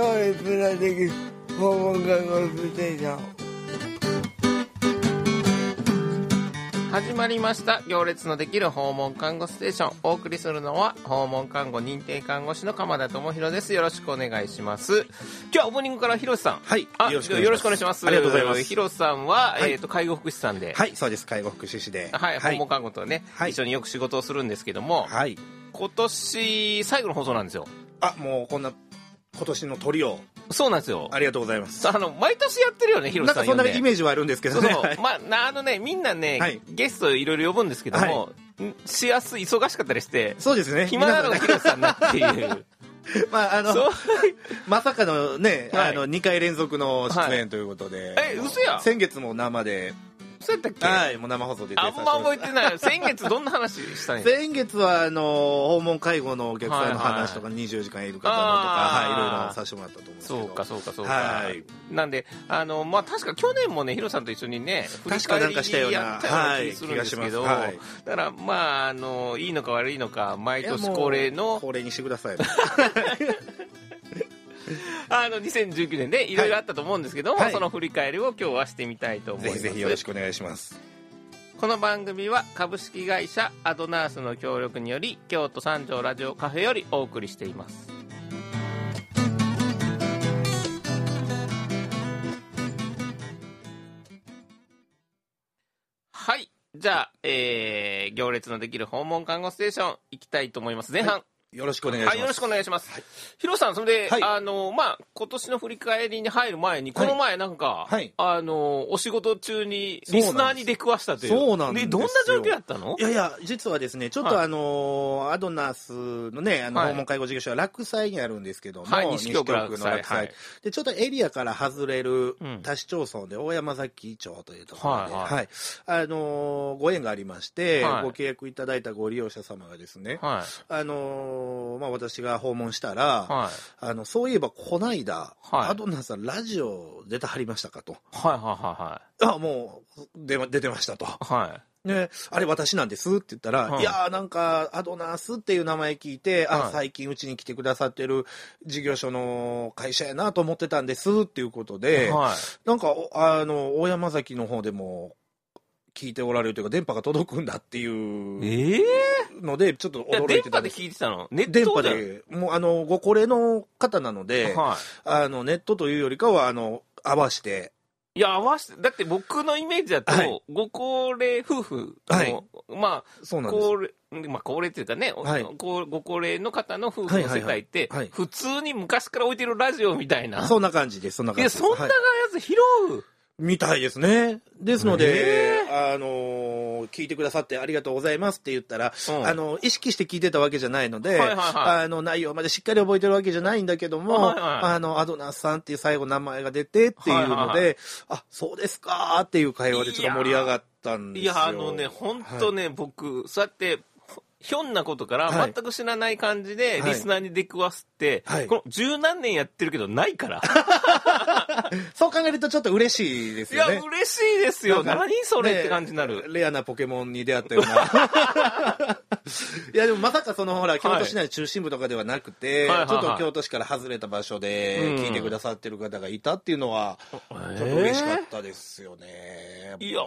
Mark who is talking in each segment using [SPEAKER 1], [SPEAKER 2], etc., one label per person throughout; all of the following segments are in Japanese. [SPEAKER 1] ができる訪問看護婦制度
[SPEAKER 2] 始まりました行列のできる訪問看護ステーションお送りするのは訪問看護認定看護師の鎌田智博ですよろしくお願いします今日はオープニングからヒロさん
[SPEAKER 3] はい
[SPEAKER 2] あ
[SPEAKER 3] よろ
[SPEAKER 2] よろ
[SPEAKER 3] し
[SPEAKER 2] し
[SPEAKER 3] く
[SPEAKER 2] く
[SPEAKER 3] お
[SPEAKER 2] お
[SPEAKER 3] 願いします
[SPEAKER 2] 願いします
[SPEAKER 3] ありがとうございます
[SPEAKER 2] ヒロさんは、
[SPEAKER 3] はい
[SPEAKER 2] えっ、と介護福祉士さんでは
[SPEAKER 3] はい、そうです。介護福祉士で。
[SPEAKER 2] い、訪問看護とね、
[SPEAKER 3] はい
[SPEAKER 2] 一緒によく仕事をするんですけども、
[SPEAKER 3] はい。
[SPEAKER 2] 今年最後の放送なんですよ
[SPEAKER 3] あ、もうこんな、今年の鳥を、
[SPEAKER 2] そうなんですよ
[SPEAKER 3] ありがとうございます。
[SPEAKER 2] あの毎年やってるよね
[SPEAKER 3] な
[SPEAKER 2] ヒロ
[SPEAKER 3] ん
[SPEAKER 2] さ
[SPEAKER 3] か
[SPEAKER 2] ん
[SPEAKER 3] そんな
[SPEAKER 2] 呼で
[SPEAKER 3] イメージはあるんですけ
[SPEAKER 2] そ
[SPEAKER 3] ど
[SPEAKER 2] う
[SPEAKER 3] ね。
[SPEAKER 2] そう
[SPEAKER 3] はい
[SPEAKER 2] まあな、あのね、みんなね、
[SPEAKER 3] はい
[SPEAKER 2] ゲストいろいろ呼ぶんですけども、んしやすい、忙しかったりして、
[SPEAKER 3] そうですね。
[SPEAKER 2] 暇なのが
[SPEAKER 3] 皆
[SPEAKER 2] ヒロさんだっていう。
[SPEAKER 3] さんねまあ、あの、
[SPEAKER 2] そう。
[SPEAKER 3] まさかのね、
[SPEAKER 2] はい
[SPEAKER 3] あの、2回連続の出演ということで。
[SPEAKER 2] はいえ嘘や
[SPEAKER 3] 先月も生で、
[SPEAKER 2] そうやったっ
[SPEAKER 3] はい、もう生放送で
[SPEAKER 2] けあんま覚え
[SPEAKER 3] て
[SPEAKER 2] てない。先月どんな話したね
[SPEAKER 3] 先月は、あの、訪問介護のお客さんの話とか、
[SPEAKER 2] は
[SPEAKER 3] 24時間いる方のとか、
[SPEAKER 2] あ
[SPEAKER 3] は
[SPEAKER 2] ー
[SPEAKER 3] い、いろいろさせてもらったと思うんですけど。
[SPEAKER 2] そうか、そうか、そうか。
[SPEAKER 3] はい。
[SPEAKER 2] なんで、あの、まあ、確か去年もね、ヒロさんと一緒にね、
[SPEAKER 3] 確かなんかしたような
[SPEAKER 2] 振り返りやったような気がするんですけど、
[SPEAKER 3] はい気がしま
[SPEAKER 2] だから、まあ、あの、いいのか悪いのか、毎
[SPEAKER 3] いや
[SPEAKER 2] 年
[SPEAKER 3] もう
[SPEAKER 2] 恒例の、
[SPEAKER 3] 恒例にしてくだ さい。
[SPEAKER 2] あの、2019年でいろいろあったと思うんですけども、
[SPEAKER 3] はい
[SPEAKER 2] その振り返りを今日はしてみたいと思い
[SPEAKER 3] ぜ
[SPEAKER 2] ます。
[SPEAKER 3] ひぜひよろしくお願いします。
[SPEAKER 2] この番組は株式会社アドナースの協力により京都三条ラジオカフェよりお送りしていますはいじゃあ、えー、行列のできる訪問看護ステーション行きたいと思います前半、
[SPEAKER 3] よろしくお願いしま
[SPEAKER 2] は
[SPEAKER 3] す。
[SPEAKER 2] い、よろしくお願いします。ヒロさん、それで、
[SPEAKER 3] はい
[SPEAKER 2] あの、まあ、今年の振り返りに入る前に、
[SPEAKER 3] はい
[SPEAKER 2] この前なんか、
[SPEAKER 3] はい
[SPEAKER 2] あの、お仕事中に
[SPEAKER 3] そうなんで
[SPEAKER 2] リ
[SPEAKER 3] す
[SPEAKER 2] スナーに出くわしたという。
[SPEAKER 3] そうなんですよ
[SPEAKER 2] どんな状況やったの
[SPEAKER 3] いやいや、実はですね、ちょっと
[SPEAKER 2] はい
[SPEAKER 3] あのーアドナースのね、あの、
[SPEAKER 2] はい
[SPEAKER 3] 訪問介護事業所は落西にあるんですけども、
[SPEAKER 2] はい西京区
[SPEAKER 3] 西の
[SPEAKER 2] 洛西はい
[SPEAKER 3] で、ちょっとエリアから外れる
[SPEAKER 2] うん
[SPEAKER 3] 多市町村で、大山崎町というところで、
[SPEAKER 2] は
[SPEAKER 3] はいい、あのーご縁がありまして、
[SPEAKER 2] はい
[SPEAKER 3] ご契約いただいたご利用者様がですね、
[SPEAKER 2] は
[SPEAKER 3] あのーまあ、私が訪問したら、
[SPEAKER 2] い。はい。
[SPEAKER 3] あの、そういえばこないだ、
[SPEAKER 2] はい
[SPEAKER 3] アドナースさんラジオ出てはりましたかと。
[SPEAKER 2] はいは
[SPEAKER 3] あ、もう、出ま出てましたと。
[SPEAKER 2] いはいはい。はい。
[SPEAKER 3] ね、あれ私なんですって言ったら、
[SPEAKER 2] はい
[SPEAKER 3] い、やーなんか、アドナースっていう名前聞いて、
[SPEAKER 2] はい
[SPEAKER 3] あ、最近うちに来てくださってる事業所の会社やなと思ってたんですっていうことで、
[SPEAKER 2] はい。
[SPEAKER 3] なんか、おあの、大山崎の方でも聞いておられるというか、電波が届くんだっていう
[SPEAKER 2] ええ
[SPEAKER 3] ので、ちょっと
[SPEAKER 2] いや、
[SPEAKER 3] 驚
[SPEAKER 2] 電
[SPEAKER 3] いてた
[SPEAKER 2] 波
[SPEAKER 3] ん
[SPEAKER 2] で
[SPEAKER 3] です。
[SPEAKER 2] 聞いてたのネットで。
[SPEAKER 3] 電波で、もうあの、ご高齢の方なので、
[SPEAKER 2] は
[SPEAKER 3] あの、ネットというよりかは、あの、合わして、
[SPEAKER 2] い。いや、合わせて、だって僕のイメージだと、
[SPEAKER 3] はい
[SPEAKER 2] ご高齢夫婦の、
[SPEAKER 3] はい
[SPEAKER 2] ま
[SPEAKER 3] そう
[SPEAKER 2] あ、
[SPEAKER 3] なんです。
[SPEAKER 2] 高齢、まあ、高齢っていうかね、お
[SPEAKER 3] はい
[SPEAKER 2] ごご高齢の方の夫婦の世界っ
[SPEAKER 3] は
[SPEAKER 2] て
[SPEAKER 3] いはいはいはい、
[SPEAKER 2] 普通に昔から置いてるラジオみたいな。
[SPEAKER 3] そんな感じです、そんな感
[SPEAKER 2] い
[SPEAKER 3] じで
[SPEAKER 2] や、
[SPEAKER 3] す。
[SPEAKER 2] そんな
[SPEAKER 3] は
[SPEAKER 2] や
[SPEAKER 3] い
[SPEAKER 2] つ拾う。
[SPEAKER 3] みたいですね。ですの
[SPEAKER 2] え
[SPEAKER 3] で、あのー聞いてくださってありがとうございますって言ったら、
[SPEAKER 2] うん
[SPEAKER 3] あのー意識して聞いてたわけじゃないので、
[SPEAKER 2] はいはいはい
[SPEAKER 3] あの、内容までしっかり覚えてるわけじゃないんだけども、
[SPEAKER 2] はいはい
[SPEAKER 3] あの、アドナスさんっていう最後名前が出てっていうので、
[SPEAKER 2] はいはいは
[SPEAKER 3] あ、そうですかーっていう会話でちょっと盛り上がったんです
[SPEAKER 2] い
[SPEAKER 3] よ。
[SPEAKER 2] や、あのね、本当
[SPEAKER 3] ね、
[SPEAKER 2] ね、僕、そうやって、ほひょんなことから
[SPEAKER 3] はい
[SPEAKER 2] 全く知らない感じで、
[SPEAKER 3] はい
[SPEAKER 2] リスナーに出くわすって、
[SPEAKER 3] はい
[SPEAKER 2] この十何年やってるけどないから。
[SPEAKER 3] そう考えるとちょっと嬉しいです
[SPEAKER 2] い
[SPEAKER 3] よ
[SPEAKER 2] や、
[SPEAKER 3] ね。
[SPEAKER 2] 嬉しいですよ。
[SPEAKER 3] なんか
[SPEAKER 2] 何それっ
[SPEAKER 3] ね
[SPEAKER 2] て感じになる。
[SPEAKER 3] レアなポケモンに出会ったような。 いや、でもまさかそのほら、京都市内中心部とかではなくて、
[SPEAKER 2] はいはいはいはい
[SPEAKER 3] ちょっと京都市から外れた場所
[SPEAKER 2] うん
[SPEAKER 3] で聞いてくださってる方がいたっていうのは、ちょっと嬉しかったですよね。
[SPEAKER 2] えーいや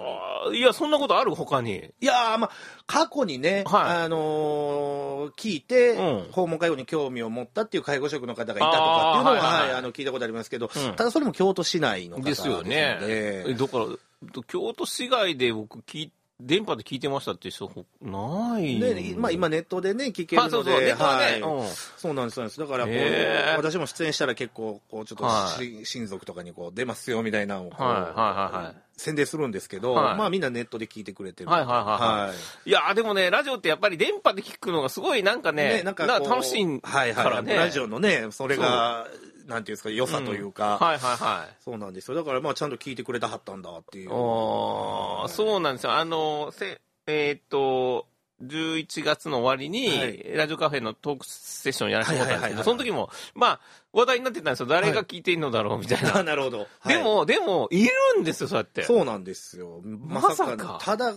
[SPEAKER 2] ー、いや、そんなことある他に。
[SPEAKER 3] いやーまあ、過去にね、
[SPEAKER 2] はい
[SPEAKER 3] あのー聞いて、
[SPEAKER 2] うん
[SPEAKER 3] 訪問介護に興味を持ったっていう介護職の方がいたとかっていうのは、
[SPEAKER 2] あーはいはいはい
[SPEAKER 3] はいあの聞いたことありますけど、
[SPEAKER 2] うん
[SPEAKER 3] ただそれも京都市内の方
[SPEAKER 2] ですよね。
[SPEAKER 3] ですので
[SPEAKER 2] えだから、京都市外で僕聞い、電波で聞いてましたって人、ほない。
[SPEAKER 3] でまあ、今ネットでね、聞け
[SPEAKER 2] あ、
[SPEAKER 3] る
[SPEAKER 2] そ
[SPEAKER 3] の
[SPEAKER 2] うそう、ネ
[SPEAKER 3] で、
[SPEAKER 2] ットはね、
[SPEAKER 3] はい
[SPEAKER 2] うん
[SPEAKER 3] そうなんです、そうなんです。だからこう、
[SPEAKER 2] へー
[SPEAKER 3] 私も出演したら結構、こう、ちょっとし、
[SPEAKER 2] は
[SPEAKER 3] 親族とかにこう、出ますよみたいなのをこう、
[SPEAKER 2] はいはいはいはい
[SPEAKER 3] 宣伝するんですけど、
[SPEAKER 2] はい
[SPEAKER 3] まあみんなネットで聞いてくれてる。
[SPEAKER 2] はいはいはいはい
[SPEAKER 3] はい
[SPEAKER 2] いやーでもね、ラジオってやっぱり電波で聞くのがすごいなんかね、
[SPEAKER 3] ね、
[SPEAKER 2] な
[SPEAKER 3] なんん
[SPEAKER 2] か
[SPEAKER 3] かこう
[SPEAKER 2] 楽しいか
[SPEAKER 3] はいは
[SPEAKER 2] ら
[SPEAKER 3] い
[SPEAKER 2] ね。
[SPEAKER 3] ラジオのね、それが、なんていうんですか、良さというか、
[SPEAKER 2] はいはいはい。
[SPEAKER 3] そうなんですよ。だからまあちゃんと聞いてくれたはったんだっていう。
[SPEAKER 2] あーそうなんですよ。あの、せえーっと、11月の終わりに、
[SPEAKER 3] はい
[SPEAKER 2] ラジオカフェのトークセッションやらせてもらったんです
[SPEAKER 3] は
[SPEAKER 2] け
[SPEAKER 3] いはいはい
[SPEAKER 2] ど、
[SPEAKER 3] はい
[SPEAKER 2] その時も、まあ、話題になってたんですよ。誰が聞いていいのだろうみたいな。
[SPEAKER 3] あ なるほど。はい
[SPEAKER 2] でも、でも、いるんですよ、そうやって。
[SPEAKER 3] そうなんですよ。まさかの
[SPEAKER 2] まさ
[SPEAKER 3] た
[SPEAKER 2] か
[SPEAKER 3] だ、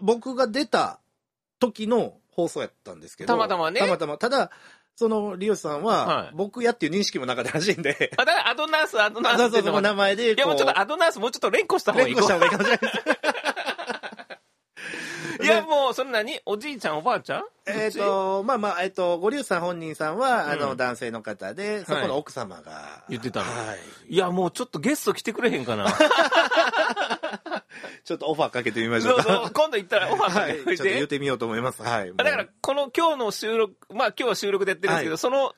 [SPEAKER 3] 僕が出た時の放送やったんですけど。
[SPEAKER 2] たまたまね
[SPEAKER 3] たまたま。ただ、その理容師さん
[SPEAKER 2] は、
[SPEAKER 3] はい僕やっていう認識もなかったらしいん で、
[SPEAKER 2] あ、だからアドナース、アドナース
[SPEAKER 3] そう
[SPEAKER 2] っ
[SPEAKER 3] そ
[SPEAKER 2] ていう
[SPEAKER 3] う
[SPEAKER 2] の
[SPEAKER 3] そ
[SPEAKER 2] も
[SPEAKER 3] の名前で、
[SPEAKER 2] いや、もうちょっと
[SPEAKER 3] こ
[SPEAKER 2] アドナース、もうちょっと連呼した
[SPEAKER 3] う
[SPEAKER 2] 方がい
[SPEAKER 3] 連
[SPEAKER 2] い。
[SPEAKER 3] 呼した方がいいかもしれない です。
[SPEAKER 2] いや、もう、そんなに、おじいちゃん、おばあちゃん
[SPEAKER 3] えっ、、と、まあまあ、えっ、と、ご龍さん本人さんは、あ
[SPEAKER 2] う
[SPEAKER 3] の、
[SPEAKER 2] ん
[SPEAKER 3] 男性の方で、そこの奥様が。
[SPEAKER 2] 言ってたの
[SPEAKER 3] はい。
[SPEAKER 2] どっちいや、もうちょっとゲスト来てくれへん かな。
[SPEAKER 3] ちょっとオファーかけてみましょ
[SPEAKER 2] そうう
[SPEAKER 3] か。
[SPEAKER 2] そう、今度行ったらオファーか
[SPEAKER 3] は
[SPEAKER 2] け
[SPEAKER 3] い。
[SPEAKER 2] と
[SPEAKER 3] ちょ
[SPEAKER 2] い。
[SPEAKER 3] っと言っててみようと思います。はい。
[SPEAKER 2] あだから、この今日の収録、まあ今日は収録でやってるんですけど、
[SPEAKER 3] は
[SPEAKER 2] その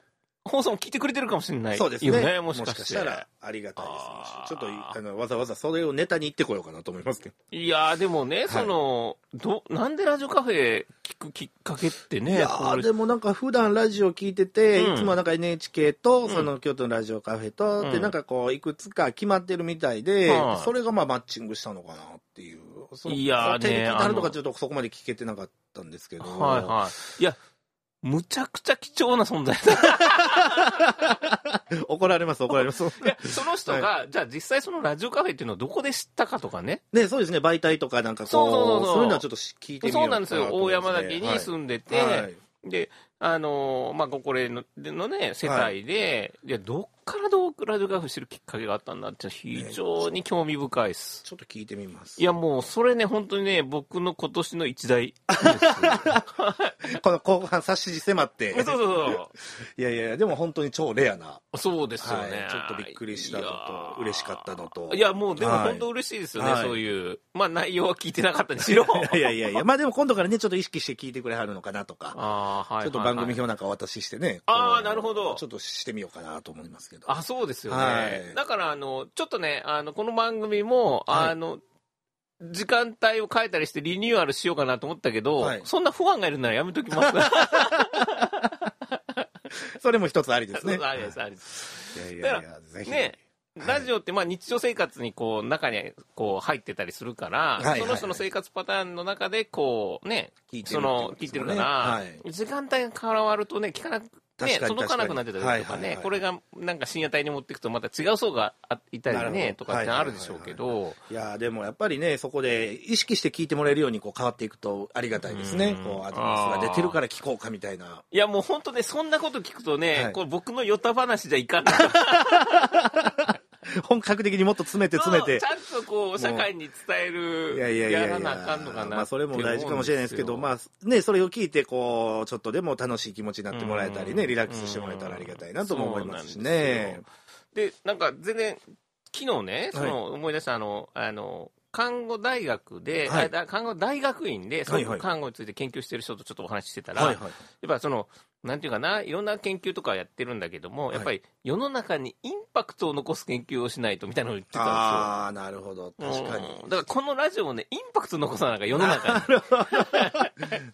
[SPEAKER 2] 放送も聞いてくれてるかもしれない。
[SPEAKER 3] そうです
[SPEAKER 2] よ
[SPEAKER 3] ね。
[SPEAKER 2] ね、もしかして。
[SPEAKER 3] たら、ありがたい
[SPEAKER 2] あー
[SPEAKER 3] ですね。ちょっと、あの、わざわざそれをネタに言ってこようかなと思いますけど。
[SPEAKER 2] いやー、でもね、その、ど、なんでラジオカフェ聞くきっかけってね、
[SPEAKER 3] いや
[SPEAKER 2] こ
[SPEAKER 3] ー
[SPEAKER 2] れ
[SPEAKER 3] でもなんか普段ラジオ聞いてて、
[SPEAKER 2] うん
[SPEAKER 3] いつもはなんか NHK と、
[SPEAKER 2] ん
[SPEAKER 3] その京都のラジオカフェと、
[SPEAKER 2] うん
[SPEAKER 3] で、なんかこう、いくつか決まってるみたいで、
[SPEAKER 2] はい
[SPEAKER 3] それがまあマッチングしたのかなっていう。その
[SPEAKER 2] いやーね
[SPEAKER 3] テレビ聞いてはると
[SPEAKER 2] あの
[SPEAKER 3] かちょっとそこまで聞けてなかったんですけど。
[SPEAKER 2] はいはい。いや、むちゃくちゃ貴重な存在だ。
[SPEAKER 3] 怒られます、怒られ ます。
[SPEAKER 2] いや、その人が、じゃあ実際そのラジオカフェっていうのをどこで知ったかとかね。
[SPEAKER 3] ね、そうですね、媒体とかなんかこう、
[SPEAKER 2] そうそうそうそう
[SPEAKER 3] そういうのはちょっと聞いてみよう
[SPEAKER 2] そうなんですよ。大山岳に
[SPEAKER 3] ん
[SPEAKER 2] 住んでて、
[SPEAKER 3] ではい
[SPEAKER 2] で、あのーまあ、ご高齢ののね、世帯で、い、や、どっからどうラジオカフェしてるきっかけがあったんだって、非常に興味深いです。
[SPEAKER 3] ちょっと聞いてみます。
[SPEAKER 2] いや、もう、それね、本当にね、僕の今年の一大ニュー
[SPEAKER 3] この後半差し迫って。
[SPEAKER 2] ス。そうそうそう。
[SPEAKER 3] いやいや、でも本当に超レアな。
[SPEAKER 2] そうですよね、
[SPEAKER 3] はいちょっとびっくりしたのと
[SPEAKER 2] いやー
[SPEAKER 3] 嬉しかったのと
[SPEAKER 2] いやもうでも
[SPEAKER 3] はい
[SPEAKER 2] 本当嬉しいですよね、
[SPEAKER 3] はい
[SPEAKER 2] そういうまあ内容は聞いてなかったに しろ
[SPEAKER 3] いやいやいや、まあでも今度からね、ちょっと意識して聞いてくれはるのかなとか、
[SPEAKER 2] ああはいはい、はい、
[SPEAKER 3] ちょっと番組表なんかお渡ししてね。
[SPEAKER 2] あー
[SPEAKER 3] こう
[SPEAKER 2] なるほど
[SPEAKER 3] ちょっとしてみようかなと思いますけど。
[SPEAKER 2] あそうですよね、
[SPEAKER 3] はい
[SPEAKER 2] だからあのちょっとねあのこの番組も、
[SPEAKER 3] はい
[SPEAKER 2] あの時間帯を変えたりしてリニューアルしようかなと思ったけど、
[SPEAKER 3] はい
[SPEAKER 2] そんな不安がいるならやめときます
[SPEAKER 3] それも一つありですね。
[SPEAKER 2] そう ありです
[SPEAKER 3] は
[SPEAKER 2] ありです
[SPEAKER 3] いいやいやいや、ぜひ。
[SPEAKER 2] ねラジオってまあ日常生活にこう中にこう入ってたりするから、
[SPEAKER 3] はいはい
[SPEAKER 2] その人の生活パターンの中でこうね
[SPEAKER 3] 聞いてる
[SPEAKER 2] その聞いてるから、
[SPEAKER 3] はい。
[SPEAKER 2] 時間帯が変わるとね聞かなくね
[SPEAKER 3] 確かに
[SPEAKER 2] 届かなくなってたりとかね、
[SPEAKER 3] 確かにはいはいはい
[SPEAKER 2] これがなんか深夜帯に持っていくとまた違う層があいたり
[SPEAKER 3] なるほ
[SPEAKER 2] ね
[SPEAKER 3] ど
[SPEAKER 2] とかってあるでしょうけど、
[SPEAKER 3] いやーでもやっぱりね、そこで意識して聞いてもらえるようにこう変わっていくとありがたいですね
[SPEAKER 2] う。ん
[SPEAKER 3] こうアドバイスが出てるから聞こうかみたいな。
[SPEAKER 2] いやもう本当ねそんなこと聞くとね、
[SPEAKER 3] はい
[SPEAKER 2] これ僕のヨタ話じゃいかんない
[SPEAKER 3] 本格的にもっと詰めて 詰めて
[SPEAKER 2] ち。ゃんとこう社会に伝える
[SPEAKER 3] いやいやいやい
[SPEAKER 2] ら
[SPEAKER 3] や。
[SPEAKER 2] なあかんのかなって
[SPEAKER 3] まあそれも大事かもしれないですけど、
[SPEAKER 2] あ
[SPEAKER 3] まあね、それを聞いて、こう、ちょっとでも楽しい気持ちになってもらえたりね、リラックスしてもらえたらありがたいなとも思いますしね。
[SPEAKER 2] でなんか全然昨日ねその思い出したあの、あの看護大学で、
[SPEAKER 3] はい
[SPEAKER 2] あだ看護大学院で、そ
[SPEAKER 3] はいは
[SPEAKER 2] の
[SPEAKER 3] い
[SPEAKER 2] 看護について研究してる人とちょっとお話ししてたら、
[SPEAKER 3] はいはい。
[SPEAKER 2] やっぱその、なんていうかな、いろんな研究とかやってるんだけども、
[SPEAKER 3] はい
[SPEAKER 2] やっぱり世の中にインパクトを残す研究をしないとみたいなのを言ってた
[SPEAKER 3] ああ、なるほど。
[SPEAKER 2] んです
[SPEAKER 3] 確
[SPEAKER 2] よ。
[SPEAKER 3] かに
[SPEAKER 2] うん。だからこのラジオをね、インパクト残さなきゃ世の中に。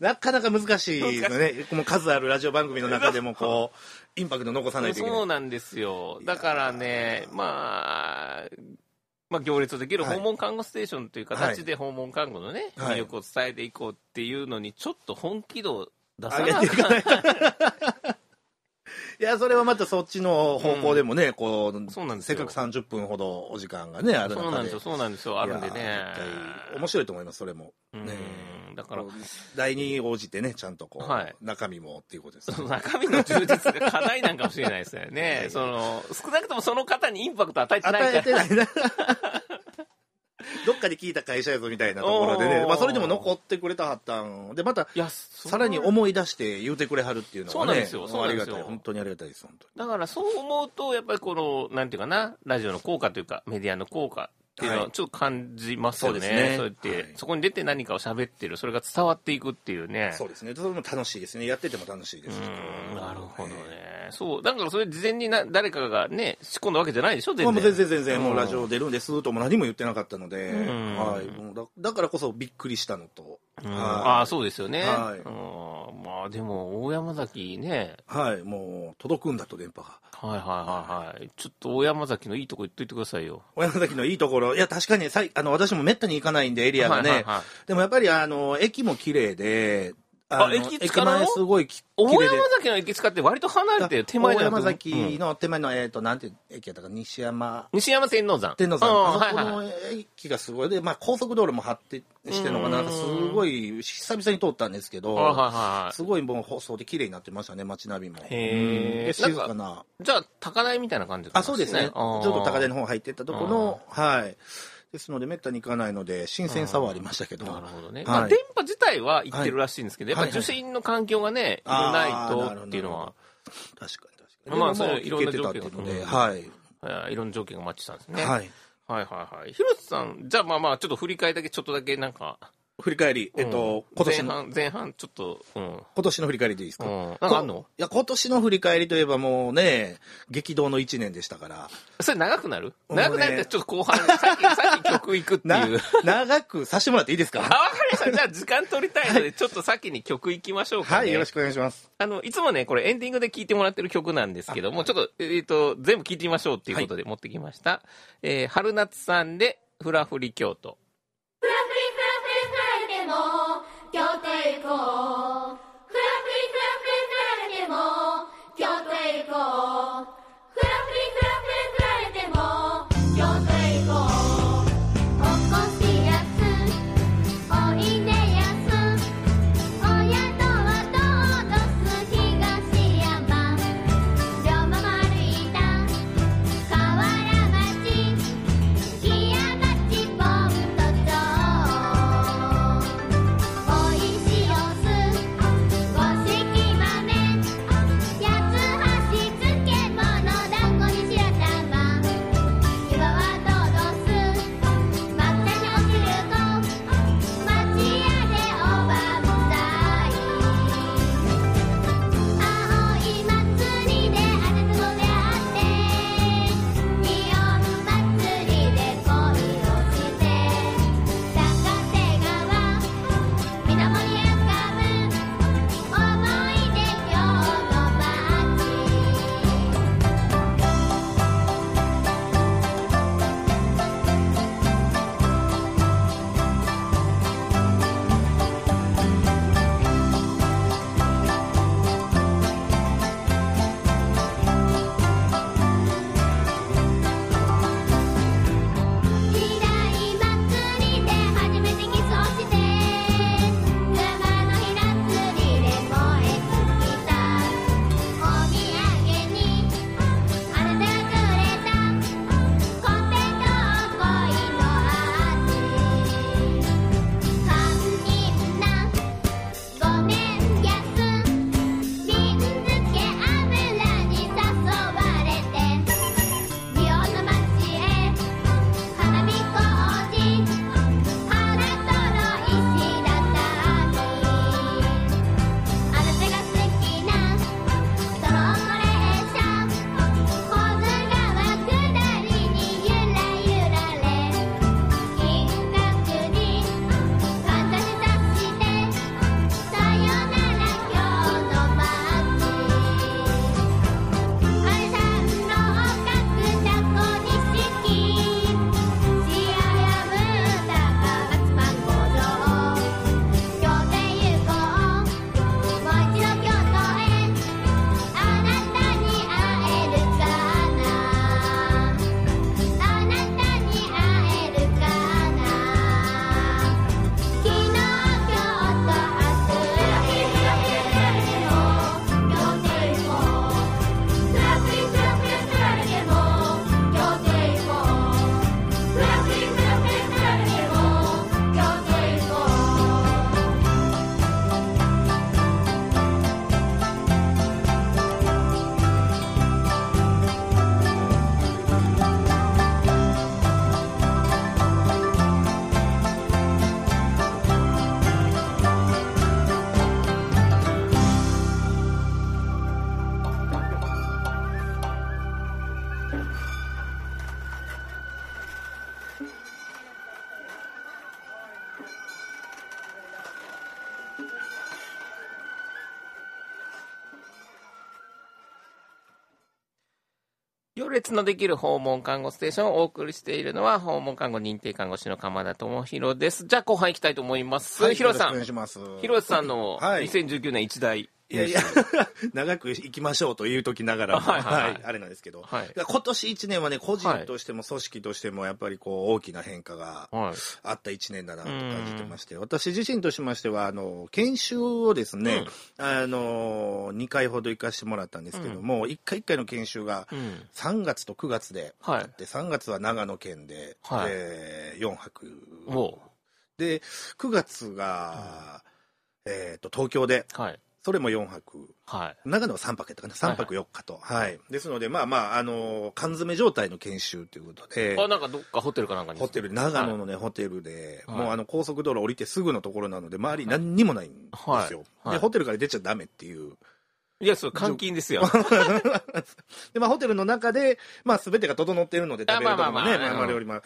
[SPEAKER 3] なかなか難しいですよね。この数あるラジオ番組の中でも、こう、インパクト残さないといけな
[SPEAKER 2] そう
[SPEAKER 3] い。
[SPEAKER 2] なんですよ。だからね、まあ、まあ、行列できる
[SPEAKER 3] はい
[SPEAKER 2] 訪問看護ステーションという形で訪問看護のね、
[SPEAKER 3] はい
[SPEAKER 2] 魅力を伝えていこうっていうのに、ちょっと本気度を出さ
[SPEAKER 3] 上げ
[SPEAKER 2] な
[SPEAKER 3] て
[SPEAKER 2] い
[SPEAKER 3] いかないと。 いや、それはまたそっちの方向でもね、こう、
[SPEAKER 2] そうなんです
[SPEAKER 3] せっ
[SPEAKER 2] よ
[SPEAKER 3] かく30分ほどお時間がね、ある
[SPEAKER 2] そうな
[SPEAKER 3] 中
[SPEAKER 2] んで
[SPEAKER 3] で。
[SPEAKER 2] すよ、そうなんですよ、あるんで
[SPEAKER 3] い
[SPEAKER 2] ね
[SPEAKER 3] や。絶対面白いと思います、それも。ね
[SPEAKER 2] うん、だから、
[SPEAKER 3] 題に応じてね、ちゃんとこう、
[SPEAKER 2] はい
[SPEAKER 3] 中身もっていうことです、
[SPEAKER 2] その
[SPEAKER 3] ね。。
[SPEAKER 2] 中身の充実が課題なんかもしれないですよねその、少なくともその方にインパクト与えてない
[SPEAKER 3] 与え
[SPEAKER 2] から。
[SPEAKER 3] てないな。 どっかで聞いた会社やぞみたいなところで
[SPEAKER 2] お
[SPEAKER 3] ね、
[SPEAKER 2] ー
[SPEAKER 3] まあ、それでも残ってくれたはったんで、また、
[SPEAKER 2] いや、
[SPEAKER 3] さらに
[SPEAKER 2] 思
[SPEAKER 3] 思い出して言うてくれはるっていうの
[SPEAKER 2] そう
[SPEAKER 3] は
[SPEAKER 2] なんで
[SPEAKER 3] ね
[SPEAKER 2] すよ、そう
[SPEAKER 3] もう
[SPEAKER 2] な
[SPEAKER 3] あ
[SPEAKER 2] ん
[SPEAKER 3] りが
[SPEAKER 2] ですよ
[SPEAKER 3] たい。本当にありがたいです、本当
[SPEAKER 2] だからそう思うと、やっぱりこの、なんていうかな、ラジオの効果というか、メディアの効果っていうの
[SPEAKER 3] は
[SPEAKER 2] を
[SPEAKER 3] い
[SPEAKER 2] ちょっと感じますよ
[SPEAKER 3] そ
[SPEAKER 2] ね。
[SPEAKER 3] うですね
[SPEAKER 2] そうやって、
[SPEAKER 3] はい
[SPEAKER 2] そこに出て何かを喋ってる、それが伝わっていくっていうね
[SPEAKER 3] に。。そうですね。それも楽しいですね。やってても楽しいです。
[SPEAKER 2] うんなるほどね
[SPEAKER 3] はい。
[SPEAKER 2] そう。だからそれ事前にな誰かがね、仕込んだわけじゃないでしょ、全
[SPEAKER 3] まあ
[SPEAKER 2] 然。
[SPEAKER 3] もう全然全然、もうラジ
[SPEAKER 2] うん
[SPEAKER 3] オ出るんですとも何も言ってなかったので、
[SPEAKER 2] うん
[SPEAKER 3] はい、もうだだからこそびっくりしたのと、
[SPEAKER 2] うんあ
[SPEAKER 3] は
[SPEAKER 2] あ、そうですよね。
[SPEAKER 3] はい
[SPEAKER 2] うんまあでも、大山崎ね、
[SPEAKER 3] い、はい、もう届くんだと電波が。
[SPEAKER 2] はいはいはいはい。ちょっと大山崎のいいとこ言っといてくださいよ。
[SPEAKER 3] 小山崎のいいところ、いや、確かにさいあの私もめったに行かないんで、エリアがね、
[SPEAKER 2] はいはいはい
[SPEAKER 3] でもやっぱりあの駅も綺麗で、
[SPEAKER 2] あ
[SPEAKER 3] の
[SPEAKER 2] 駅近なの
[SPEAKER 3] 前すごいき綺
[SPEAKER 2] 大
[SPEAKER 3] 麗で
[SPEAKER 2] 山崎の駅使って割と離れてる手前
[SPEAKER 3] 大
[SPEAKER 2] じゃな
[SPEAKER 3] 山
[SPEAKER 2] くて
[SPEAKER 3] 崎の手前の、えっ、と、なんていう駅やったか、西山
[SPEAKER 2] 西山天王山
[SPEAKER 3] 天王山、
[SPEAKER 2] うん
[SPEAKER 3] あそこ
[SPEAKER 2] はいはい
[SPEAKER 3] の駅がすごいで、まあ、高速道路も発展してるのがなんかすごい久々に通ったんですけど、
[SPEAKER 2] はいはいはい
[SPEAKER 3] すごいもう放送で綺麗になってましたね街並みも
[SPEAKER 2] へー
[SPEAKER 3] で静かな
[SPEAKER 2] じゃあ高台みたいな感じかな
[SPEAKER 3] あそうですねちょっと高台の方入ってったところはいですのでめったに行かないので新鮮さはありましたけど
[SPEAKER 2] なるほどね、
[SPEAKER 3] はい
[SPEAKER 2] まあ、電波自体は行ってるらしいんですけど、
[SPEAKER 3] はい
[SPEAKER 2] やっぱり受信の環境がね、
[SPEAKER 3] はいはい
[SPEAKER 2] いろいろないとっていう
[SPEAKER 3] あーなる
[SPEAKER 2] のは、
[SPEAKER 3] 確かに確かに
[SPEAKER 2] まあ
[SPEAKER 3] でも
[SPEAKER 2] それいろん
[SPEAKER 3] 行
[SPEAKER 2] な
[SPEAKER 3] けてたっていうので
[SPEAKER 2] 条件が
[SPEAKER 3] はい
[SPEAKER 2] えーいろんな条件がマッチしたんですね。
[SPEAKER 3] はい
[SPEAKER 2] はいはいはい。広瀬さん、じゃあまあまあ、ちょっと振り返りだけ、ちょっとだけなんか、
[SPEAKER 3] 振り返りえっと
[SPEAKER 2] うん
[SPEAKER 3] 今年
[SPEAKER 2] 前
[SPEAKER 3] の
[SPEAKER 2] 半、前半、ちょっと、うん。
[SPEAKER 3] 今年の振り返りでいいです
[SPEAKER 2] う
[SPEAKER 3] か
[SPEAKER 2] ん、なんかあんの
[SPEAKER 3] いや今年の振り返りといえばもうね激動の1年でしたから
[SPEAKER 2] それ長くなる
[SPEAKER 3] もうね
[SPEAKER 2] 長くなるってちょっと後半、 さっき、さっき曲行くって
[SPEAKER 3] な
[SPEAKER 2] いう。
[SPEAKER 3] 長くさせてもらっていいです
[SPEAKER 2] あ、わ
[SPEAKER 3] か
[SPEAKER 2] かりました。じゃあ時間取りたいので、ちょっと先に曲行きましょうか、ね。
[SPEAKER 3] はいよろしくお願いします
[SPEAKER 2] あの、いつもね、これエンディングで聴いてもらってる曲なんですけども、ちょっと、えっ、と、全部聴いてみましょうっていうことで持ってきました。えー、春夏さんで、フラフリ京都。
[SPEAKER 4] ふらふりふらふりふられても京都へ行こうふらふりふらふりふられても京都へ行こうふらふりふらふりふられても京都へ行こうおこしやすおいでやすお宿はどうどす東山龍馬丸いた河原町「きやがちポンとちょう」「おいしおす
[SPEAKER 2] 行列のできる訪問看護ステーションをお送りしているのは、訪問看護認定看護師の鎌田智博です。じゃあ、後半行きたいと思います。
[SPEAKER 3] はい
[SPEAKER 2] 広瀬さ
[SPEAKER 3] よろ
[SPEAKER 2] ん
[SPEAKER 3] しくお。願いします。
[SPEAKER 2] 広瀬さんの
[SPEAKER 3] はい
[SPEAKER 2] 2019年一大。
[SPEAKER 3] いやい や、長く行きましょうという時ながらも、
[SPEAKER 2] はいはいはい
[SPEAKER 3] あれなんですけど、
[SPEAKER 2] はい
[SPEAKER 3] 今年1年はね、個人としても組織としても、やっぱりこう、大きな変化が
[SPEAKER 2] はい。
[SPEAKER 3] あった1年だなと感じてまして、私自身としましては、あの、研修をですね、あの、2回ほど行かしてもらったんですけども、1回1回の研修が
[SPEAKER 2] うん。
[SPEAKER 3] 3月と9月で、
[SPEAKER 2] はい
[SPEAKER 3] あって3月は長野県で、
[SPEAKER 2] はい
[SPEAKER 3] え4泊
[SPEAKER 2] おう
[SPEAKER 3] で、9月が、えっと、東京で、
[SPEAKER 2] はい。
[SPEAKER 3] それも4泊。
[SPEAKER 2] はい。
[SPEAKER 3] 長野は3泊やったかな、3泊4日と。はい、ですので、まあまあ、あのー缶詰状態の研修ということで、
[SPEAKER 2] あ、なんかどっかホテルかなんかに。
[SPEAKER 3] ホテル、長野のね、ホテルで、
[SPEAKER 2] はい
[SPEAKER 3] もうあの、高速道路降りてすぐのところなので、周り何にもないんですよ。
[SPEAKER 2] はいはい
[SPEAKER 3] で、ホテルから出ちゃダメっていう。
[SPEAKER 2] いや、それ監 禁ですよ。
[SPEAKER 3] で、まあ、ホテルの中で、まあ、すべてが整っているので、
[SPEAKER 2] あ
[SPEAKER 3] 食べるとこ
[SPEAKER 2] ま
[SPEAKER 3] も
[SPEAKER 2] あま
[SPEAKER 3] ね、
[SPEAKER 2] あまあ
[SPEAKER 3] まあ、
[SPEAKER 2] う
[SPEAKER 3] 我
[SPEAKER 2] ん
[SPEAKER 3] 々も、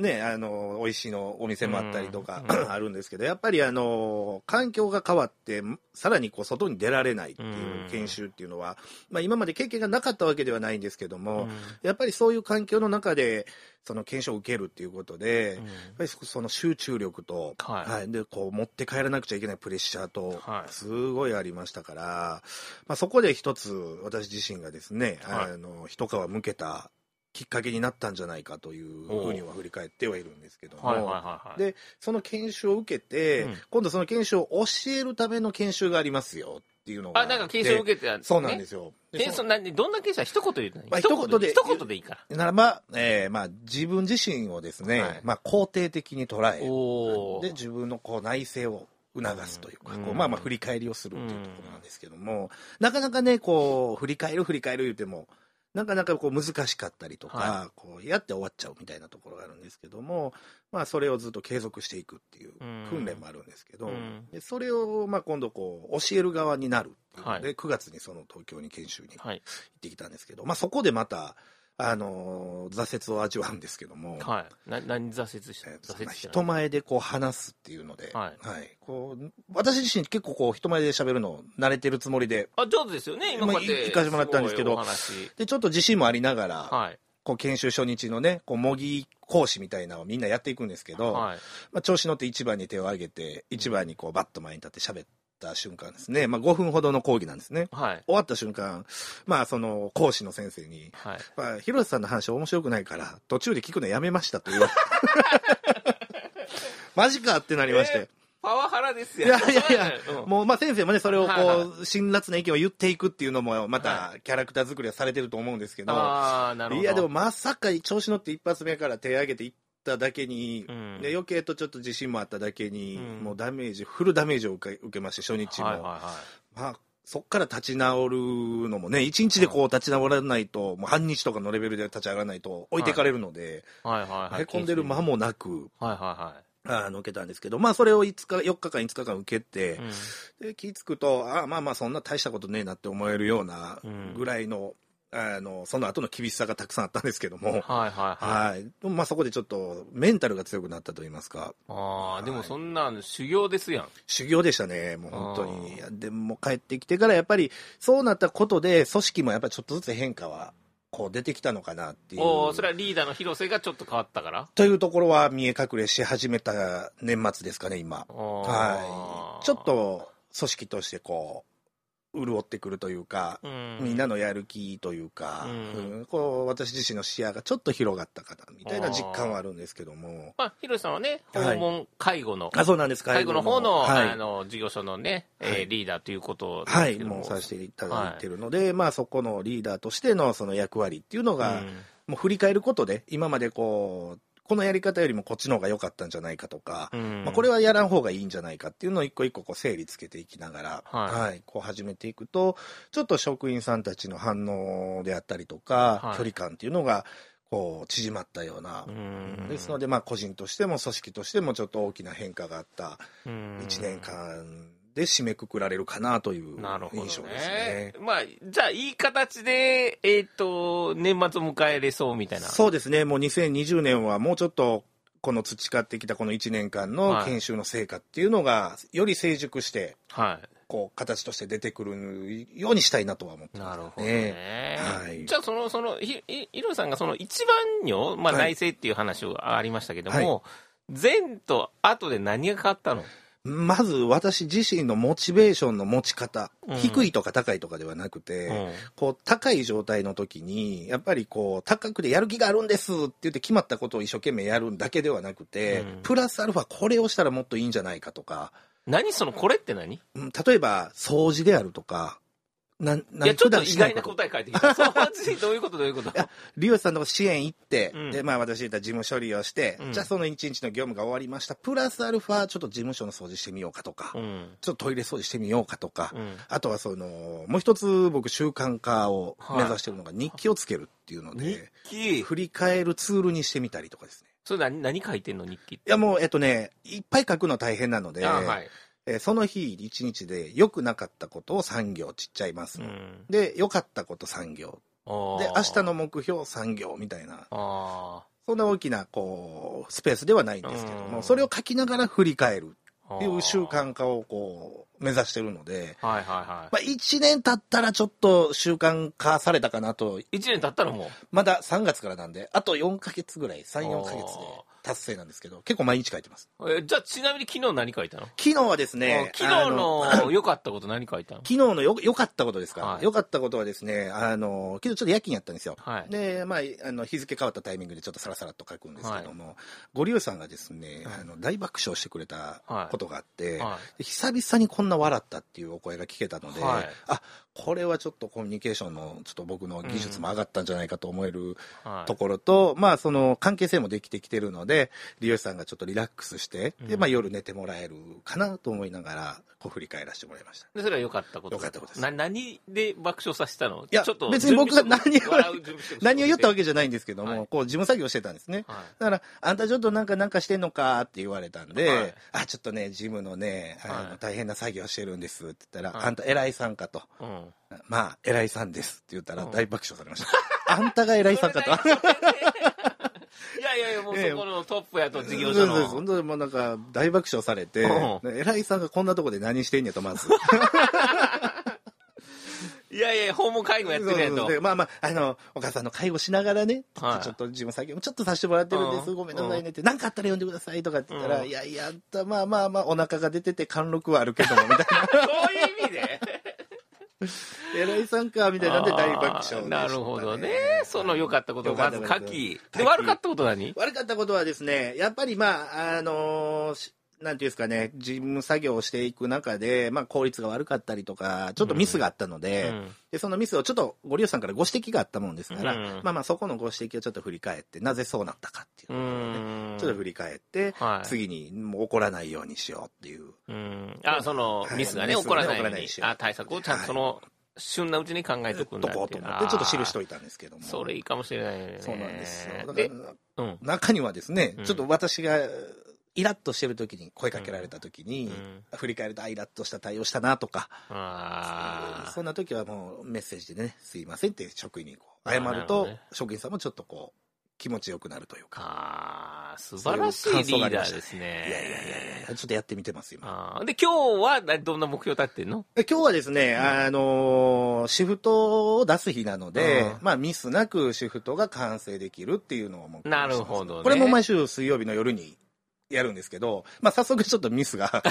[SPEAKER 3] ね、あの、美味しいのお店もあったりとか
[SPEAKER 2] う、ん
[SPEAKER 3] あるんですけど、やっぱり、あの、環境が変わって、さらにこう、外に出られないっていう研修っていうのは、まあ、今まで経験がなかったわけではないんですけども、やっぱりそういう環境の中で、その研修を受けるっていうことで、
[SPEAKER 2] うん
[SPEAKER 3] やっぱりその集中力と、
[SPEAKER 2] はい
[SPEAKER 3] で、こう、持って帰らなくちゃいけないプレッシャーと
[SPEAKER 2] は、い
[SPEAKER 3] すごいありましたから、まあ、そこで一つ、私自身がですね、
[SPEAKER 2] はい
[SPEAKER 3] あの、一皮むけたきっかけになったんじゃないかというふうには振り返ってはいるんですけども、
[SPEAKER 2] はいはいはいはい。
[SPEAKER 3] で、その研修を受けて、
[SPEAKER 2] うん
[SPEAKER 3] 今度その研修を教えるための研修がありますよっていうのが
[SPEAKER 2] あ、なんか研修を
[SPEAKER 3] け
[SPEAKER 2] 受けてたんですね。
[SPEAKER 3] そうなんですよ。で
[SPEAKER 2] え、そんな、どんな研修は一言言うの
[SPEAKER 3] まあ一言で
[SPEAKER 2] 一言でいいか
[SPEAKER 3] ならば、えーまあ、自分自身をですね、
[SPEAKER 2] はい
[SPEAKER 3] まあ、肯定的に捉
[SPEAKER 2] ら。
[SPEAKER 3] え
[SPEAKER 2] おお。
[SPEAKER 3] で自分のこう内省を促すというか、
[SPEAKER 2] うん
[SPEAKER 3] こうまあまあ振り返りをするっていうところなんですけども、なかなかねこう振り返る振り返る言ってもなかなかこう難しかったりとか、
[SPEAKER 2] は
[SPEAKER 3] こうやって終わっちゃうみたいなところがあるんですけども、まあ、それをずっと継続していくっていう
[SPEAKER 2] うん
[SPEAKER 3] 訓練もあるんですけど、
[SPEAKER 2] うん
[SPEAKER 3] でそれをまあ今度こう教える側になるっていうので、
[SPEAKER 2] は
[SPEAKER 3] 9月にその東京に研修に
[SPEAKER 2] は
[SPEAKER 3] 行
[SPEAKER 2] い。
[SPEAKER 3] ってきたんですけど、まあ、そこでまた、あのー挫折を味わうんですけども、
[SPEAKER 2] はい。な、何挫折した
[SPEAKER 3] えー
[SPEAKER 2] 挫
[SPEAKER 3] まあ
[SPEAKER 2] 折した
[SPEAKER 3] 人前でこう話すっていうので、
[SPEAKER 2] は
[SPEAKER 3] こう私自身結構こう人前で喋るの慣れてるつもりで、
[SPEAKER 2] あ、上手ですよね、今こう
[SPEAKER 3] ま
[SPEAKER 2] やっ
[SPEAKER 3] あい
[SPEAKER 2] て。
[SPEAKER 3] 行かせてもらったんですけど
[SPEAKER 2] ごいお話
[SPEAKER 3] でちょっと自信もありながら、
[SPEAKER 2] はい。
[SPEAKER 3] こう研修初日のね、こう模擬講師みたいなのをみんなやっていくんですけど、
[SPEAKER 2] はい。
[SPEAKER 3] まあ、調子乗って一番に手を挙げて、一番にこうバッと前に立って喋った瞬間ですね、まあ、5分ほどの講義なんですね。
[SPEAKER 2] はい。
[SPEAKER 3] 終わった瞬間、まあその講師の先生に、
[SPEAKER 2] はい。
[SPEAKER 3] まあ、広瀬さんの話面白くないから、途中で聞くのやめましたと言われて。 マジかってなりまして。
[SPEAKER 2] パワハラです
[SPEAKER 3] い
[SPEAKER 2] よ。
[SPEAKER 3] やいやいや、
[SPEAKER 2] うん
[SPEAKER 3] もう、まあ、先生もね、それをこう、
[SPEAKER 2] はい
[SPEAKER 3] 辛辣な意見を言っていくっていうのも、また、キャラクター作りはされてると思うんですけど、
[SPEAKER 2] ああ、なるほど。
[SPEAKER 3] いや、でも、まさか調子乗って一発目から手挙げていっただけに、
[SPEAKER 2] うん
[SPEAKER 3] で余計とちょっと自信もあっただけに、
[SPEAKER 2] うん
[SPEAKER 3] もうダメージ、フルダメージを受け受けまして、初日も。
[SPEAKER 2] はいはいは
[SPEAKER 3] まあ、そっから立ち直るのもね、一日でこう立ち直らないと、もう半日とかのレベルで立ち上がらないと置いていかれるので、
[SPEAKER 2] い。はいはいはい。
[SPEAKER 3] へこんでる間
[SPEAKER 2] はい
[SPEAKER 3] もなく、
[SPEAKER 2] はいは
[SPEAKER 3] あの、受けたんですけど、まあ、それを5日、4日間、5日間受けて
[SPEAKER 2] い。う、ん
[SPEAKER 3] で気付くと、ああ、まあまあ、そんな大したことねえなって思えるような
[SPEAKER 2] うん
[SPEAKER 3] ぐらいの、あの、その後の厳しさがたくさんあったんですけども、
[SPEAKER 2] はいはいはい。
[SPEAKER 3] はい。でもまあ、そこでちょっと、メンタルが強くなったと言いますか、
[SPEAKER 2] ああ、でもそんなん修行ですやん。
[SPEAKER 3] 修行でしたね、もう本当に。いやでも帰ってきてから、やっぱりそうなったことで、組織もやっぱりちょっとずつ変化は、こう出てきたのかなっていう。
[SPEAKER 2] おお、それはリーダーの広瀬がちょっと変わったから。
[SPEAKER 3] というところは見え隠れし始めた年末ですかね、今。は。
[SPEAKER 2] はい
[SPEAKER 3] ちょっ、と、組織としてこう、潤ってくるというか、
[SPEAKER 2] うん
[SPEAKER 3] みんなのやる気というか、
[SPEAKER 2] うん
[SPEAKER 3] うんこう私自身の視野がちょっと広がったかな、みたいな実感はあるんですけども。
[SPEAKER 2] まあ、広瀬さんはね、
[SPEAKER 3] はい
[SPEAKER 2] 訪問介護の、
[SPEAKER 3] あ、そうなんですか
[SPEAKER 2] 介護の方の、
[SPEAKER 3] はい
[SPEAKER 2] あの、事業所のね、えー
[SPEAKER 3] はい
[SPEAKER 2] リーダーということなん
[SPEAKER 3] は
[SPEAKER 2] です
[SPEAKER 3] い、
[SPEAKER 2] けども
[SPEAKER 3] もうさせていただいてるので、まあそこのリーダーとしてのその役割っていうのが、
[SPEAKER 2] うん
[SPEAKER 3] もう振り返ることで、今までこう、このやり方よりもこっちの方が良かったんじゃないかとか、
[SPEAKER 2] うん
[SPEAKER 3] まあこれはやらん方がいいんじゃないかっていうのを一個一個こう整理つけていきながら、
[SPEAKER 2] はい
[SPEAKER 3] こう始めていくと、ちょっと職員さんたちの反応であったりとか、
[SPEAKER 2] はい
[SPEAKER 3] 距離感っていうのが、こう縮まったような、
[SPEAKER 2] うん
[SPEAKER 3] ですので、まあ個人としても組織としてもちょっと大きな変化があった
[SPEAKER 2] うん
[SPEAKER 3] 1年間で締めくくられるかなという
[SPEAKER 2] なるほどね
[SPEAKER 3] 印象ですね。
[SPEAKER 2] まあ、じゃあ、いい形で、えっ、と、年末を迎えれそうみたいな。
[SPEAKER 3] そうですね、もう2020年はもうちょっとこの培ってきたこの1年間
[SPEAKER 2] は
[SPEAKER 3] の
[SPEAKER 2] い
[SPEAKER 3] 研修の成果っていうのが、より成熟して、
[SPEAKER 2] はい。
[SPEAKER 3] こう、形として出てくるようにしたいなとは思ってま
[SPEAKER 2] な
[SPEAKER 3] す
[SPEAKER 2] るほど
[SPEAKER 3] ね
[SPEAKER 2] ね。
[SPEAKER 3] はい
[SPEAKER 2] じゃあ、その、その、ひ、ひひろゆさんがその一番女、まあ、
[SPEAKER 3] はい
[SPEAKER 2] 内政っていう話がありましたけども、前と後で何が変わったの
[SPEAKER 3] まず私自身のモチベーションの持ち方、
[SPEAKER 2] うん
[SPEAKER 3] 低いとか高いとかではなくて、
[SPEAKER 2] うん
[SPEAKER 3] こう高い状態の時にやっぱりこう高くでやる気があるんですって言って決まったことを一生懸命やるだけではなくて、
[SPEAKER 2] うん
[SPEAKER 3] プラスアルファこれをしたらもっといいんじゃないかとか、
[SPEAKER 2] 何その、これって何い
[SPEAKER 3] うん例えば掃除であるとかなんなん
[SPEAKER 2] や、ちょっと
[SPEAKER 3] 普段
[SPEAKER 2] 意
[SPEAKER 3] しな
[SPEAKER 2] 外
[SPEAKER 3] い
[SPEAKER 2] な
[SPEAKER 3] こと
[SPEAKER 2] 答え返って きた。その話どういうことどういうこと
[SPEAKER 3] いや利用者さんの支援行って、
[SPEAKER 2] うん
[SPEAKER 3] でまあ、私言ったら事務処理をして、
[SPEAKER 2] うん
[SPEAKER 3] じゃあその1日の業務が終わりましたプラスアルファちょっと事務所の掃除してみようかとか、
[SPEAKER 2] うん。
[SPEAKER 3] ちょっとトイレ掃除してみようかとか、
[SPEAKER 2] うん
[SPEAKER 3] あとはその、もう一つ僕習慣化を目指してるのが日記をつけるっていうので、
[SPEAKER 2] 日記
[SPEAKER 3] 振り返るツールにしてみたりとかですね。
[SPEAKER 2] それ何、何書いてんの日記って。
[SPEAKER 3] いやもう、えっとね、いっぱい書くの大変なので、
[SPEAKER 2] あはい。
[SPEAKER 3] えーその日一日で良くなかったことを3行ちっちゃいます。
[SPEAKER 2] うん。
[SPEAKER 3] で、良かったこと3行。で、
[SPEAKER 2] で
[SPEAKER 3] 明日の目標3行みたいな、
[SPEAKER 2] あ
[SPEAKER 3] そんな大きな、こう、スペースではないんですけど
[SPEAKER 2] う
[SPEAKER 3] も、
[SPEAKER 2] ん
[SPEAKER 3] それを書きながら振り返る
[SPEAKER 2] あ。
[SPEAKER 3] っていう習。慣化をこう、目指してるので、
[SPEAKER 2] はいはいはい。
[SPEAKER 3] まあ、1年経ったらちょっと習慣化されたかなと、
[SPEAKER 2] 一年経ったらもう。
[SPEAKER 3] まだ3月からなんで、あと4ヶ月ぐらい、3、4ヶ月で達成なんですけど、結構毎日書いてます。
[SPEAKER 2] えーじゃあ、ちなみに昨日何書いたの
[SPEAKER 3] 昨日はです
[SPEAKER 2] あ
[SPEAKER 3] ね、
[SPEAKER 2] 昨日
[SPEAKER 3] あ
[SPEAKER 2] の良かったこと何書いたの
[SPEAKER 3] 昨日のよ良かったことですか、
[SPEAKER 2] はい
[SPEAKER 3] 良かったことはですね、あの、昨日ちょっと夜勤やったんですよ。
[SPEAKER 2] はい
[SPEAKER 3] で、まあ、あの日付変わったタイミングでちょっとサラサラっと書くんですけども、ご利用さんがですね、あの大爆笑してくれたことがあって、
[SPEAKER 2] は
[SPEAKER 3] で久々にこんな笑ったっていうお声が聞けたので、
[SPEAKER 2] はい
[SPEAKER 3] あこれはちょっとコミュニケーションのちょっと僕の技術も上がったんじゃないかと思える
[SPEAKER 2] い。はい
[SPEAKER 3] ところと、まあその関係性もできてきてるので利用者さんがちょっとリラックスして、でまあ、夜寝てもらえるかなと思いながらこう振り返らせてもらいました。
[SPEAKER 2] で、それは良かったこと。
[SPEAKER 3] 良かったことです
[SPEAKER 2] な、何で爆笑させたの
[SPEAKER 3] いや
[SPEAKER 2] ちょっと。
[SPEAKER 3] 別に僕が何を
[SPEAKER 2] 笑う準備してる
[SPEAKER 3] 何を言ったわけじゃないんですけども、
[SPEAKER 2] はい
[SPEAKER 3] こう事務作業してたんですね。
[SPEAKER 2] はい
[SPEAKER 3] だから、あんたちょっとなんか、なんかしてんのかって言われたんで、
[SPEAKER 2] はい
[SPEAKER 3] あ、ちょっとね、事務のね、あ
[SPEAKER 2] は
[SPEAKER 3] の
[SPEAKER 2] い
[SPEAKER 3] 大変な作業してるんですって言ったら、
[SPEAKER 2] はい
[SPEAKER 3] あんた偉いさんかと。
[SPEAKER 2] うん。
[SPEAKER 3] まあ、偉いさんですって言ったら
[SPEAKER 2] うん
[SPEAKER 3] 大爆笑されました。あんたが偉いさんかと。
[SPEAKER 2] それ何いやいやいや、もう
[SPEAKER 3] ええ
[SPEAKER 2] そこのトップやと事業
[SPEAKER 3] そ
[SPEAKER 2] 者
[SPEAKER 3] うそうそう
[SPEAKER 2] の。
[SPEAKER 3] 本当にもうなんか大爆笑されて、
[SPEAKER 2] う
[SPEAKER 3] 偉いさんがこんなとこで何してんやと、まず。
[SPEAKER 2] いやいや、訪問 介護やってるやん
[SPEAKER 3] そうそう
[SPEAKER 2] と
[SPEAKER 3] そう。まあまあ、あの、お母さんの介護しながらね、
[SPEAKER 2] はい
[SPEAKER 3] ちょっと事務作業もちょっとさせてもらってるんです、
[SPEAKER 2] うん
[SPEAKER 3] ごめんなさいねって、なんかあったら呼んでくださいとかって言ったら、
[SPEAKER 2] うん
[SPEAKER 3] いやいや、あんたまあまあまあ、お腹が出てて貫禄はあるけども、みたいな。
[SPEAKER 2] そういう意味で。
[SPEAKER 3] 偉いさんか、みたいなんで大爆笑でした、
[SPEAKER 2] あーなるほどね。その良かったことをまず
[SPEAKER 3] 良かっ
[SPEAKER 2] 書
[SPEAKER 3] たこと
[SPEAKER 2] き。
[SPEAKER 3] 書
[SPEAKER 2] で、
[SPEAKER 3] き
[SPEAKER 2] 悪かったこと何
[SPEAKER 3] 悪かったことはですね、やっぱりまあ、あのーしなんていうんですかね、事務作業をしていく中で、まあ、効率が悪かったりとか、ちょっとミスがあったので、
[SPEAKER 2] うん
[SPEAKER 3] でそのミスをちょっとご利用さんからご指摘があったもんですから、
[SPEAKER 2] うん
[SPEAKER 3] まあまあ、そこのご指摘をちょっと振り返って、なぜそうなったかっていう
[SPEAKER 2] う
[SPEAKER 3] のをね、
[SPEAKER 2] ん。
[SPEAKER 3] ちょっと振り返って、
[SPEAKER 2] はい
[SPEAKER 3] 次にもう怒らないようにしようっていう。
[SPEAKER 2] うん。あ、その、
[SPEAKER 3] はい
[SPEAKER 2] ミスがね、
[SPEAKER 3] ミス
[SPEAKER 2] 起
[SPEAKER 3] がね
[SPEAKER 2] こらないよ
[SPEAKER 3] 起
[SPEAKER 2] う
[SPEAKER 3] こらな
[SPEAKER 2] に
[SPEAKER 3] いし。
[SPEAKER 2] あ、対策をちゃんとその、旬なうちに考え
[SPEAKER 3] ず
[SPEAKER 2] と
[SPEAKER 3] っと
[SPEAKER 2] く
[SPEAKER 3] こうと
[SPEAKER 2] んだって
[SPEAKER 3] 思って、ちょっと記しといたんですけども。
[SPEAKER 2] それいいかもしれないよね。
[SPEAKER 3] そうなんですよ。だか
[SPEAKER 2] で、
[SPEAKER 3] ら、
[SPEAKER 2] うん。
[SPEAKER 3] 中にはですね、
[SPEAKER 2] うん
[SPEAKER 3] ちょっと私が、イラッとしてる時に声かけられた時に、
[SPEAKER 2] うん
[SPEAKER 3] 振り返ると、あ、イラッとした対応したなとか、
[SPEAKER 2] あ
[SPEAKER 3] そんな時はもうメッセージでね、すいませんって職員にこう謝
[SPEAKER 2] あーな
[SPEAKER 3] る
[SPEAKER 2] るほ
[SPEAKER 3] と、
[SPEAKER 2] どね
[SPEAKER 3] 職員さんもちょっとこう、気持ちよくなるというか。
[SPEAKER 2] あー、素晴らしいリーダーですね。
[SPEAKER 3] いやいやいやいや、ちょっとやってみてます、今。
[SPEAKER 2] あーで、今日はなどんな目標立ってんの
[SPEAKER 3] で今日はですね、あのーシフトを出す日なので、
[SPEAKER 2] うん
[SPEAKER 3] まあミスなくシフトが完成できるっていうのを目標にしてます
[SPEAKER 2] なるほどね
[SPEAKER 3] これも毎週水曜日の夜にやるんですけど、まあ早速ちょっとミス が、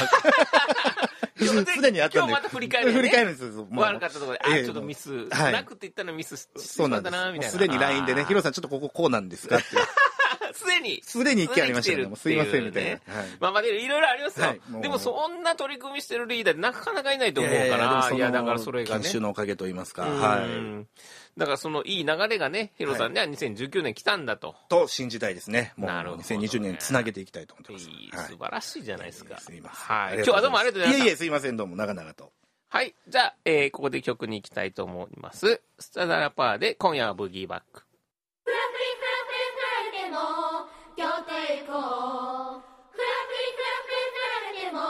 [SPEAKER 3] すでにあったん
[SPEAKER 2] 今
[SPEAKER 3] で。
[SPEAKER 2] 日また振り返る、ね。
[SPEAKER 3] 振り返るんですよ。もう
[SPEAKER 2] 悪かったところで、あ、
[SPEAKER 3] ええ
[SPEAKER 2] ちょっとミス、
[SPEAKER 3] はい
[SPEAKER 2] なくって言ったのミスし
[SPEAKER 3] そうなんです。
[SPEAKER 2] しまったな、
[SPEAKER 3] もう
[SPEAKER 2] みたいな。
[SPEAKER 3] すでに LINE でね、ヒロさんちょっとこここうなんですかって。
[SPEAKER 2] あすでに。
[SPEAKER 3] すでに一件ありましたけども、
[SPEAKER 2] す
[SPEAKER 3] す
[SPEAKER 2] で
[SPEAKER 3] い
[SPEAKER 2] に
[SPEAKER 3] ま
[SPEAKER 2] 来て
[SPEAKER 3] せん
[SPEAKER 2] るっ
[SPEAKER 3] み
[SPEAKER 2] て
[SPEAKER 3] た
[SPEAKER 2] いう
[SPEAKER 3] い
[SPEAKER 2] ね
[SPEAKER 3] な。はい
[SPEAKER 2] まあまあでもいろいろありますよ、
[SPEAKER 3] はいもう
[SPEAKER 2] でもそんな取り組みしてるリーダーなかなかいないと思うから、
[SPEAKER 3] ややでもその
[SPEAKER 2] いやだからそれがね
[SPEAKER 3] 研修のおかげと言いますか。
[SPEAKER 2] うん
[SPEAKER 3] はい。
[SPEAKER 2] だからそのいい流れがね、ヒロさんには2019年来たんだと。
[SPEAKER 3] と信じたいですね。もう
[SPEAKER 2] なるほどね
[SPEAKER 3] 2020年つなげていきたいと思って
[SPEAKER 2] い
[SPEAKER 3] ま
[SPEAKER 2] い
[SPEAKER 3] す。
[SPEAKER 2] 素晴らしいじゃないですか。
[SPEAKER 3] すいません。
[SPEAKER 2] はい。今日はどうもありがとうございました。
[SPEAKER 3] いえいえ、すいません、どうも、長々と。
[SPEAKER 2] はい。じゃあ、えーここで曲に行きたいと思います。スタダラパーで今夜はブギーバック。
[SPEAKER 4] フラフリフラフリフラれても今日と行こうフラフリフラフリフラれても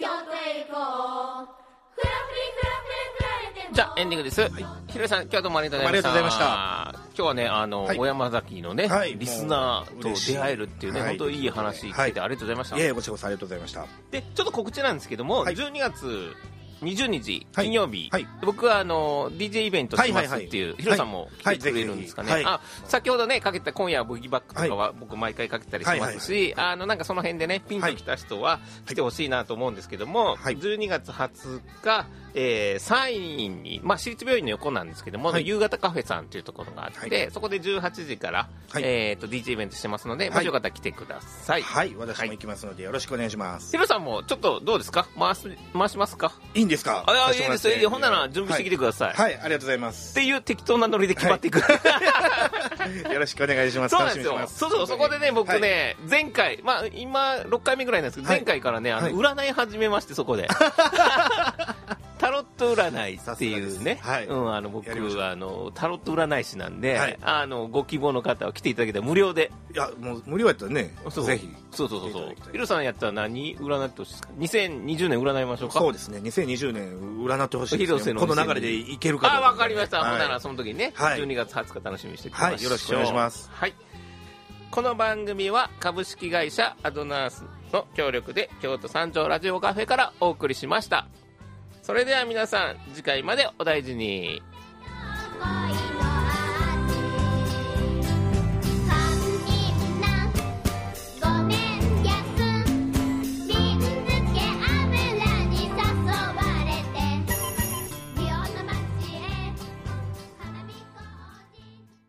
[SPEAKER 4] 今日と行こうフラフリフラフリフラれても
[SPEAKER 2] じゃあ、エンディングです。ひろゆさん、今日はどうもありがとうございました。
[SPEAKER 3] どうもありが
[SPEAKER 2] 今日はね、あの、
[SPEAKER 3] はい
[SPEAKER 2] 小山崎のね、
[SPEAKER 3] はい
[SPEAKER 2] リスナーと
[SPEAKER 3] もう嬉しい
[SPEAKER 2] 出会えるっていうね、
[SPEAKER 3] はい
[SPEAKER 2] 本当いい話聞いて、
[SPEAKER 3] はい
[SPEAKER 2] ありがとうございました。
[SPEAKER 3] いえいえ、ごちそうさまありがとうございました。
[SPEAKER 2] で、ちょっと告知なんですけども、
[SPEAKER 3] はい
[SPEAKER 2] 12月20日、
[SPEAKER 3] はい
[SPEAKER 2] 金曜日、
[SPEAKER 3] はい
[SPEAKER 2] 僕はあの DJ イベントしますって
[SPEAKER 3] はい
[SPEAKER 2] いう、
[SPEAKER 3] はいはい
[SPEAKER 2] ヒロさんも来
[SPEAKER 3] はい
[SPEAKER 2] てくれるんですかね、
[SPEAKER 3] はいぜひ
[SPEAKER 2] あ先ほどねかけた今夜はブギバックとかは僕毎回かけたりしますし、あのなんかその辺でねピンときた人は来てほしいなと思うんですけども、
[SPEAKER 3] はい
[SPEAKER 2] 12月20日、えー、サインに、まあ、私立病院の横なんですけども、
[SPEAKER 3] はい
[SPEAKER 2] 夕方カフェさんというところがあって、
[SPEAKER 3] は
[SPEAKER 2] そこで18時から、
[SPEAKER 3] はい
[SPEAKER 2] えー、と DJ イベントしてますので、も
[SPEAKER 3] は
[SPEAKER 2] し
[SPEAKER 3] い
[SPEAKER 2] よかったら来てください、
[SPEAKER 3] はい、私
[SPEAKER 2] はい
[SPEAKER 3] も行きますのでよろしくお願いします。
[SPEAKER 2] ヒロさんもちょっとどうですか回す回しますか
[SPEAKER 3] いいんですか
[SPEAKER 2] あ
[SPEAKER 3] さ
[SPEAKER 2] あい
[SPEAKER 3] せ
[SPEAKER 2] い
[SPEAKER 3] もら
[SPEAKER 2] で
[SPEAKER 3] っ
[SPEAKER 2] すよいいですよほんなら準備してきてください、
[SPEAKER 3] はい、はいありがとうございま
[SPEAKER 2] っ
[SPEAKER 3] す。
[SPEAKER 2] ていう適当なノリで決まっていく、
[SPEAKER 3] よろしくお願いします。
[SPEAKER 2] そうなんで
[SPEAKER 3] 楽しみにし
[SPEAKER 2] すよ
[SPEAKER 3] てます
[SPEAKER 2] そうそうそこでね僕
[SPEAKER 3] はい
[SPEAKER 2] ね、前回まあ今6回目ぐらいなんですけど、
[SPEAKER 3] はい
[SPEAKER 2] 前回からねあの、
[SPEAKER 3] はい
[SPEAKER 2] 占い始めましてそ こでタロット占いっていうね、
[SPEAKER 3] さすがですはい
[SPEAKER 2] うん、あの僕
[SPEAKER 3] やりましょう
[SPEAKER 2] あのタロット占い師なんで、
[SPEAKER 3] はい
[SPEAKER 2] あのご希望の方は来ていただけたら無料で
[SPEAKER 3] いや、もう無料やったらね、
[SPEAKER 2] そう
[SPEAKER 3] ぜひ。
[SPEAKER 2] そうそうそうそ
[SPEAKER 3] 来ていた
[SPEAKER 2] う
[SPEAKER 3] だきたい
[SPEAKER 2] ヒロさんやったら何占ってほしいですか2020年占いましょうか
[SPEAKER 3] そうですね、2020年占ってほしいです、
[SPEAKER 2] 広瀬
[SPEAKER 3] ね。
[SPEAKER 2] の
[SPEAKER 3] この流れでいけるかどう
[SPEAKER 2] あわかりました、
[SPEAKER 3] はい
[SPEAKER 2] ほんならその時にね、
[SPEAKER 3] はい
[SPEAKER 2] 12月20日楽しみにしてください、
[SPEAKER 3] はいよろしくお願いします
[SPEAKER 2] はいこの番組は株式会社アドナースの協力で京都三条ラジオカフェからお送りしましたそれでは皆さん次回までお大事に